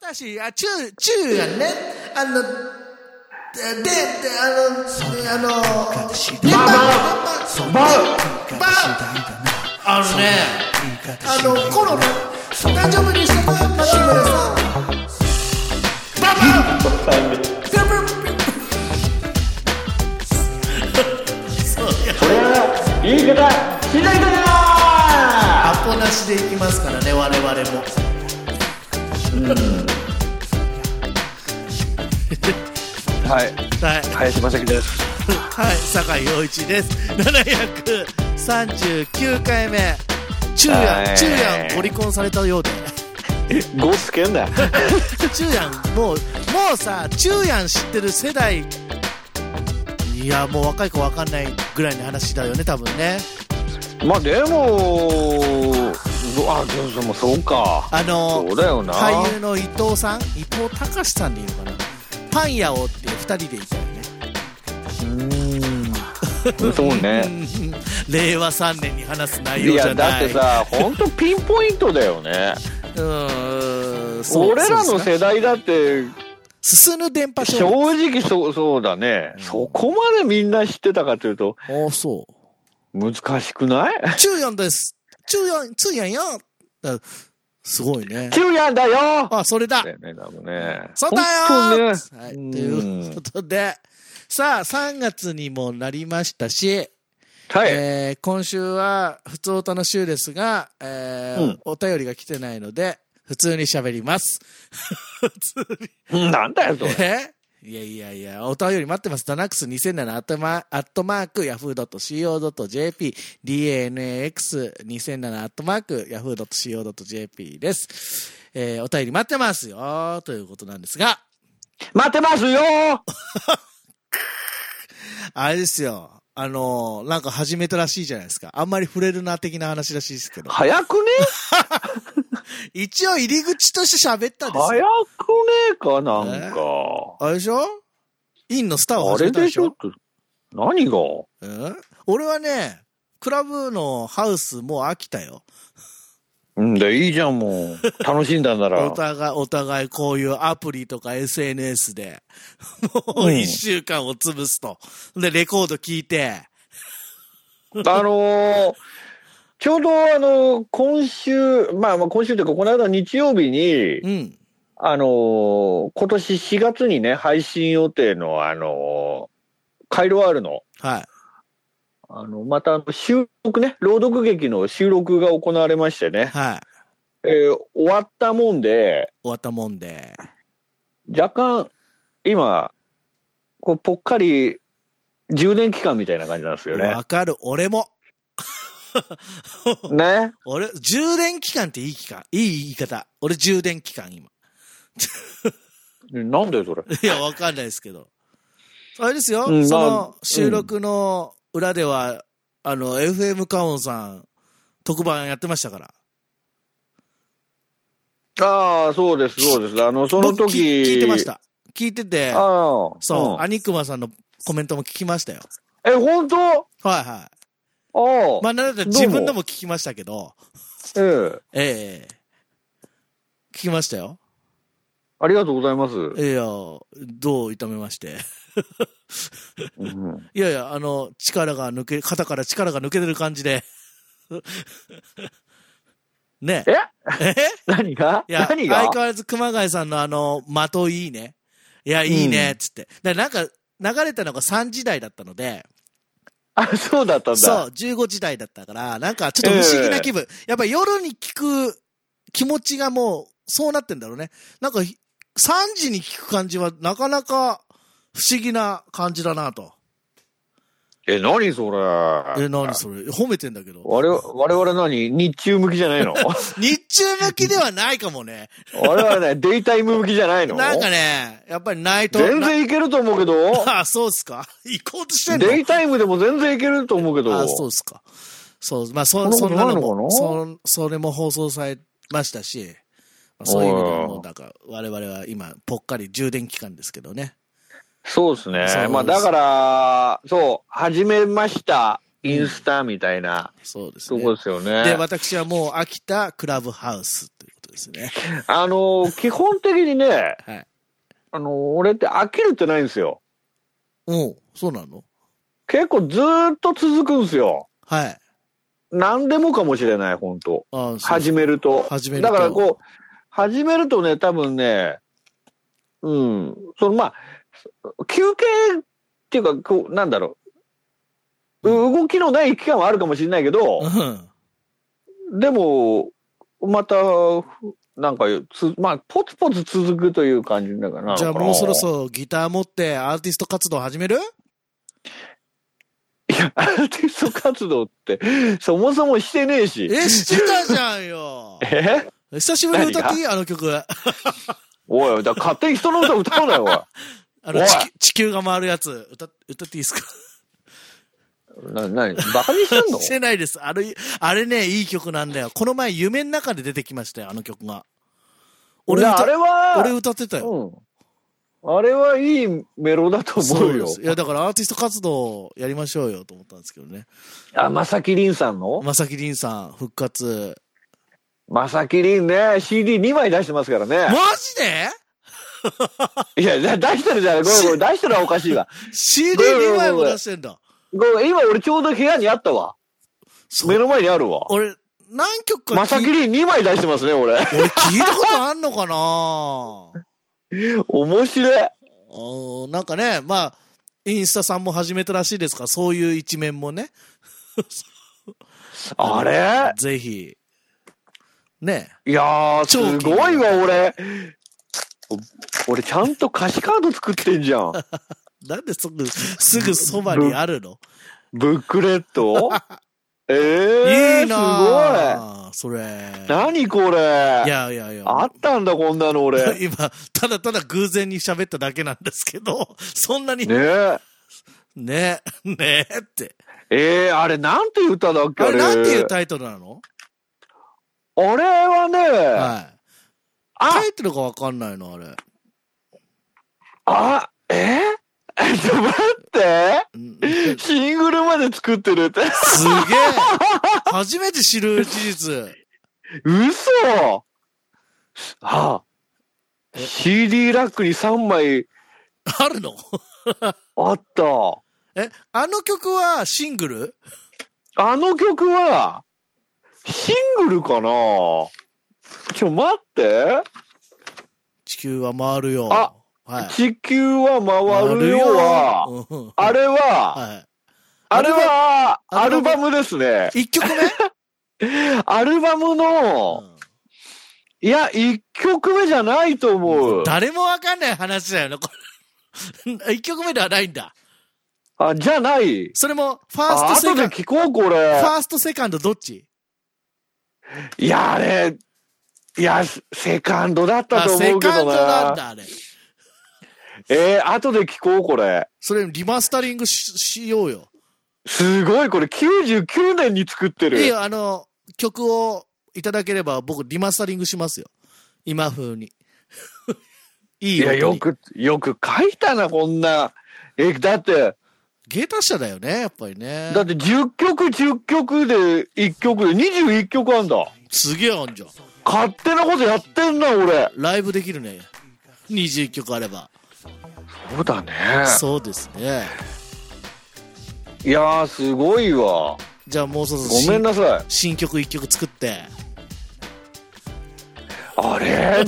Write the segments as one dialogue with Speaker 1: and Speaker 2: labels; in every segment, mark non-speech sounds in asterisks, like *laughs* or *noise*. Speaker 1: たし、あ、チュー、チューがね、あの、で、で、あの、あの、連番、連番、バ
Speaker 2: あのね
Speaker 1: あの、コロナ、誕生日にしてこい、松村さん。ババ全部、
Speaker 3: それは言い方しないかな
Speaker 2: アポなしでいきますからね我々も
Speaker 3: はい
Speaker 2: はい
Speaker 3: 林正樹です
Speaker 2: はい酒井陽一です739回目昼
Speaker 3: は
Speaker 2: 夜
Speaker 3: い
Speaker 2: 昼夜ご離婚されたようで
Speaker 3: ゴスケんだ
Speaker 2: 昼夜もうもうさ昼夜知ってる世代いやもう若い子わかんないぐらいの話だよね多分ね
Speaker 3: まあでもあでもそうもうそうか
Speaker 2: あの
Speaker 3: そうだよな
Speaker 2: 俳優の伊藤さん伊藤隆さんでいいのかなパン屋をって2人でいたよね
Speaker 3: そうね
Speaker 2: 令和3年に話す内容
Speaker 3: い
Speaker 2: じゃない
Speaker 3: やだってさ本当ピンポイントだよね
Speaker 2: うーんそう
Speaker 3: 俺ら
Speaker 2: そう
Speaker 3: の
Speaker 2: ですか
Speaker 3: 世代だって
Speaker 2: 進む電波
Speaker 3: 正
Speaker 2: 症
Speaker 3: 直そうそうだね、そこまでみんな知ってたかというと
Speaker 2: あそう
Speaker 3: 難しくない
Speaker 2: 中四です中四通やんよだすごいね
Speaker 3: 中やんだよ
Speaker 2: あそれだ
Speaker 3: だよね多分ね
Speaker 2: そうだよ
Speaker 3: 本当
Speaker 2: は
Speaker 3: ね、
Speaker 2: い、と
Speaker 3: うん
Speaker 2: いうことで、さあ、3月にもなりましたし、
Speaker 3: はい、
Speaker 2: えー今週は、普通歌の週ですが、えー
Speaker 3: うん
Speaker 2: お便りが来てないので、普通に喋ります。普通に。
Speaker 3: なんだよ、それ。
Speaker 2: えいやいやいや、お便り待ってます。ダナックス2007アットマアットマーク、ヤフー .co.jp、danax2007 アットマーク、ヤフー .co.jp です。えーお便り待ってますよ、ということなんですが、
Speaker 3: 待ってますよ
Speaker 2: あれですよ。あのーなんか始めたらしいじゃないですか。あんまり触れるな的な話らしいですけど。
Speaker 3: 早くね
Speaker 2: 一応入り口として喋ったんです
Speaker 3: 早くね
Speaker 2: よ。
Speaker 3: かなんか。
Speaker 2: あれでしょインのスターを
Speaker 3: あ
Speaker 2: 始
Speaker 3: れ
Speaker 2: めたで
Speaker 3: で
Speaker 2: し
Speaker 3: しょ
Speaker 2: ょ
Speaker 3: って何が
Speaker 2: うん俺はね、クラブのハウスもう飽きたよ。
Speaker 3: うんだ、いいじゃん、も
Speaker 2: *laughs*
Speaker 3: う。楽しんだな
Speaker 2: お
Speaker 3: ら。
Speaker 2: 互い、お互いこういうアプリとか SNS で、も
Speaker 3: う
Speaker 2: うん一週間を潰すと。で、レコード聞いて、
Speaker 3: あのーちょうどあのー今週、まあまあ今週というか、この間日曜日に、
Speaker 2: うん。
Speaker 3: あのー今年4月にね、配信予定の、あのーカイロワールの、
Speaker 2: はい。
Speaker 3: あの、またあの収録ね、朗読劇の収録が行われましてね、
Speaker 2: はい。
Speaker 3: えー終わったもんで、
Speaker 2: 終わったもんで。
Speaker 3: 若干今こうぽっかり充電期間みたいな感じなんですよね
Speaker 2: わ。かる、俺も。
Speaker 3: ね
Speaker 2: 俺、充電期間っていい期間いい言い方。俺、充電期間、今。 *laughs*
Speaker 3: なんでそれ
Speaker 2: いや、わかんないですけど。あれですよ、
Speaker 3: うん
Speaker 2: そ
Speaker 3: まあう
Speaker 2: の
Speaker 3: ん
Speaker 2: 収録の裏では、あの、FM カオンさん、特番やってましたから。
Speaker 3: ああそうですそうですあのその
Speaker 2: 僕
Speaker 3: 時
Speaker 2: 聞聞いてました。聞いてて、
Speaker 3: ああ
Speaker 2: そう、
Speaker 3: ん
Speaker 2: アニクマさんのコメントも聞きましたよ。
Speaker 3: え本当あ
Speaker 2: はいは
Speaker 3: あ
Speaker 2: い。、まあ、なんだったら
Speaker 3: どうも
Speaker 2: 自分のも聞きましたけど、
Speaker 3: ええ
Speaker 2: ええ聞きましたよ。
Speaker 3: ありがとうございます、
Speaker 2: いや、どう痛めまして。
Speaker 3: うん
Speaker 2: いやいや、あの、力が抜け、肩から力が抜けてる感じで。 *laughs* ね
Speaker 3: え
Speaker 2: え。え
Speaker 3: 何が
Speaker 2: いや、相
Speaker 3: 何
Speaker 2: 変
Speaker 3: が
Speaker 2: わらず熊谷さんのあの、的いいね。いや、いいね、
Speaker 3: うん
Speaker 2: つって。でなんか、流れたのが3時台だったので、
Speaker 3: あそうだったんだ
Speaker 2: そう、15時台だったから、なんかちょっと不思議な気分。やっぱ夜に聞く気持ちがもう、そうなってんだろうね。なんか、ひ3時に聞く感じはなかなか不思議な感じだなと。
Speaker 3: え何それ
Speaker 2: え、何それ褒めてんだけど。
Speaker 3: 我々我々何日中向きじゃ
Speaker 2: *laughs*
Speaker 3: ないの
Speaker 2: 日中向きではないかもね。
Speaker 3: 我々ねデイタイム向きじゃないの
Speaker 2: なんかね、やっぱりナイト。
Speaker 3: 全然いけると思うけど
Speaker 2: なあ、そうっすか。行こうとしてんの
Speaker 3: デイタイムでも全然いけると思うけど。
Speaker 2: あ、そうっすか。そう、まあ、
Speaker 3: そん
Speaker 2: そ、そん
Speaker 3: なこと
Speaker 2: なの
Speaker 3: ないのか
Speaker 2: も、
Speaker 3: な
Speaker 2: そ、それも放送されましたし、まあ、そういう意味ではもう、だから、我々は今、ぽっかり充電期間ですけどね。
Speaker 3: そうです
Speaker 2: そうで
Speaker 3: ね。
Speaker 2: す
Speaker 3: まあだから、そう、始めました、インスタみたいな
Speaker 2: そうです
Speaker 3: と
Speaker 2: ね。
Speaker 3: こですよね。
Speaker 2: で、私はもう飽きたクラブハウスということですね。
Speaker 3: あのー基本的にね、
Speaker 2: はい
Speaker 3: あのー俺って飽きるってないんですよ。
Speaker 2: うん、そうなの
Speaker 3: 結構ずーっと続くんですよ。
Speaker 2: はい。
Speaker 3: 何でもかもしれない、本当
Speaker 2: あそう
Speaker 3: 始めると。
Speaker 2: 始めると
Speaker 3: だからこう、始めるとね、多分ね、うん、そのまあ、休憩っていうか、こう、なんだろう。う動きのない期間はあるかもしれないけど、
Speaker 2: うん。
Speaker 3: でも、また、ふなんかつ、まあ、ポツポツ続くという感じだから。
Speaker 2: じゃあもうそろそろギター持ってアーティスト活動始める
Speaker 3: いや、アー *laughs* ティスト活動って、そもそもしてねえし。。
Speaker 2: え、してたじゃんよ
Speaker 3: *laughs* え
Speaker 2: 久しぶりに歌っていいあの曲。
Speaker 3: おい、だから勝手に人の歌歌うなよ、おい。
Speaker 2: あの
Speaker 3: おい
Speaker 2: 地球、地球が回るやつ。歌っ、歌っていいですか
Speaker 3: な、なに、バカにしてん
Speaker 2: *laughs*
Speaker 3: の
Speaker 2: してないです。あれ、あれね、いい曲なんだよ。この前、夢の中で出てきましたよ、あの曲が。俺
Speaker 3: いや
Speaker 2: 歌
Speaker 3: あれは、
Speaker 2: 俺歌ってたよ。
Speaker 3: うん。あれはいいメロだと思うよ
Speaker 2: です。いや、だからアーティスト活動やりましょうよと思ったんですけどね。
Speaker 3: あ、まさきりんさんの
Speaker 2: まさきりんさん、復活。
Speaker 3: まさきりんね、CD2 枚出してますから
Speaker 2: マ
Speaker 3: ね。
Speaker 2: ジで
Speaker 3: いや、だ出してるじゃない。ごめんごめん、出してるはおかしいわ。
Speaker 2: ?CD2 枚も出してんだ。
Speaker 3: ごめん今俺ちょうど部屋にあったわ。
Speaker 2: そう
Speaker 3: 目の前にあるわ。
Speaker 2: 俺、何曲か
Speaker 3: まさきりん2枚出してますね、俺。
Speaker 2: *laughs* 俺聞いたことあんのかな
Speaker 3: 面白い。
Speaker 2: うんなんかね、まあ、インスタさんも始めたらしいですから、そういう一面もね。
Speaker 3: あれ
Speaker 2: ぜひ。ね
Speaker 3: いやー、す
Speaker 2: 超気に
Speaker 3: ごいわ、俺。俺、ちゃんと歌詞カード作ってんじゃ
Speaker 2: *laughs*
Speaker 3: ん。
Speaker 2: なんです
Speaker 3: *laughs*
Speaker 2: ぐ、すぐそばにあるの
Speaker 3: ブックレッ
Speaker 2: *laughs*
Speaker 3: トええ
Speaker 2: い
Speaker 3: ー、
Speaker 2: い
Speaker 3: す
Speaker 2: なぁそれ。
Speaker 3: ごい。何これ
Speaker 2: いやいやいや。
Speaker 3: あったんだ、こんな
Speaker 2: *laughs*
Speaker 3: の俺。ね
Speaker 2: 今、ただただ偶然に喋っただけなんですけど、 *laughs* そんなに、ね、
Speaker 3: え。
Speaker 2: ね、ねって。
Speaker 3: ええー、あれ、なんていう歌だっけ
Speaker 2: あ
Speaker 3: あ
Speaker 2: れ、
Speaker 3: れ。
Speaker 2: なんていうタイトルなの
Speaker 3: あれはね、
Speaker 2: はい。
Speaker 3: あ
Speaker 2: タ、イトルがわかんないの、あれ。
Speaker 3: あ、え *laughs* ー、ちょ、待って。
Speaker 2: うん
Speaker 3: *laughs*
Speaker 2: *laughs*
Speaker 3: シングルまで作ってるって。
Speaker 2: すげえ初めて知る事実。
Speaker 3: 嘘あ、CD ラックに3枚
Speaker 2: あるの
Speaker 3: あった。
Speaker 2: え、あの曲はシングル
Speaker 3: あの曲は、シングルかなちょ、待って。
Speaker 2: 地球は回るよ。
Speaker 3: あ
Speaker 2: はい。
Speaker 3: 地球は回るよは、
Speaker 2: うん
Speaker 3: あれは、
Speaker 2: は
Speaker 3: あれは、
Speaker 2: ア
Speaker 3: ア
Speaker 2: ル
Speaker 3: ル
Speaker 2: バ
Speaker 3: バムですね。
Speaker 2: い。一曲
Speaker 3: *laughs*
Speaker 2: 目、
Speaker 3: アルバムの、いや、1曲目じゃないと思
Speaker 2: う。
Speaker 3: うん
Speaker 2: 誰もわかんない話だよね、これ。 *laughs* 一曲目ではないんだ。
Speaker 3: あ、じゃない。
Speaker 2: それも、ファース
Speaker 3: あ、
Speaker 2: トセカ
Speaker 3: 後
Speaker 2: ンド
Speaker 3: で、聞こう、こ
Speaker 2: フ
Speaker 3: れ。
Speaker 2: ァーストセカンドどっち
Speaker 3: いや、あれ、いや、セカンドだったと
Speaker 2: あセ
Speaker 3: 思
Speaker 2: カ
Speaker 3: うけ
Speaker 2: ンド
Speaker 3: ど
Speaker 2: なん
Speaker 3: な。
Speaker 2: だ、あれ。
Speaker 3: えー、後で聞こう、これ。
Speaker 2: それリマスタリングししようよ。
Speaker 3: すごい、これ99年に作って
Speaker 2: いい
Speaker 3: る。
Speaker 2: よ、あの、曲をいただければ僕リマスタリングしますよ。今風に。いい
Speaker 3: いや、
Speaker 2: よ。
Speaker 3: よく、よく書いたな、こんな。え、だって、
Speaker 2: 芸達者だよね、やっぱりね。
Speaker 3: だって10曲、10曲で1曲で21曲あんだ。
Speaker 2: すげえあんじゃん。
Speaker 3: 勝手なことやってんな、俺。
Speaker 2: ライブできるね。21曲あれば。
Speaker 3: そうだね。
Speaker 2: そうですね。
Speaker 3: いやー、すごいわ。
Speaker 2: じゃあもうそろそろ
Speaker 3: ごめんなさい。
Speaker 2: 新新曲1曲作って。
Speaker 3: あれ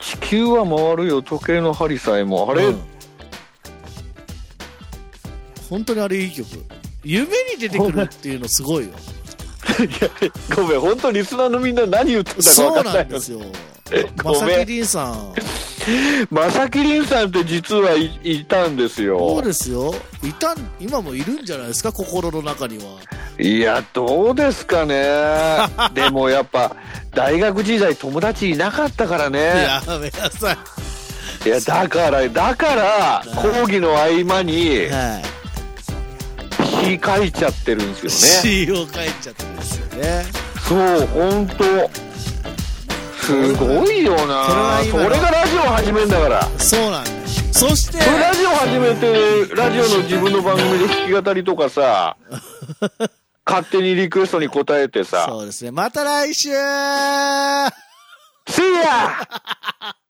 Speaker 3: 地球は回るよ、時計の針さえも。あれ、
Speaker 2: うん本当にあれいい曲。夢に出てくるっていうのすごいよ。
Speaker 3: *laughs* ごめん、本当リスナーのみんな何言ってんだか
Speaker 2: そう
Speaker 3: 分かんな
Speaker 2: ないんですよ。
Speaker 3: ご
Speaker 2: ま
Speaker 3: めん
Speaker 2: さきりんさん。
Speaker 3: まさきりんさんって実はいいたんです
Speaker 2: そう
Speaker 3: よ。
Speaker 2: ですよ。いたん、今もいるんじゃないですか、心の中には。
Speaker 3: いや、どうですかね。
Speaker 2: *laughs*
Speaker 3: でもやっぱ、大学時代友達いなかったからね。
Speaker 2: やめなさい。
Speaker 3: いや、だから、だから、講義の合間に
Speaker 2: は
Speaker 3: 詩書いちゃってるんで
Speaker 2: い。
Speaker 3: すよね。
Speaker 2: 詩を書いちゃってですよね。
Speaker 3: そう、本当すごいよ
Speaker 2: それは
Speaker 3: な。
Speaker 2: 今の
Speaker 3: 俺がラジオ始めん
Speaker 2: *laughs*
Speaker 3: だから。
Speaker 2: そうなんです。そして、
Speaker 3: これラジオ始めてラジオの自分の番組で弾き語りとかさ勝手にリクエストに答えてさ
Speaker 2: そうですね。また来週
Speaker 3: See ya!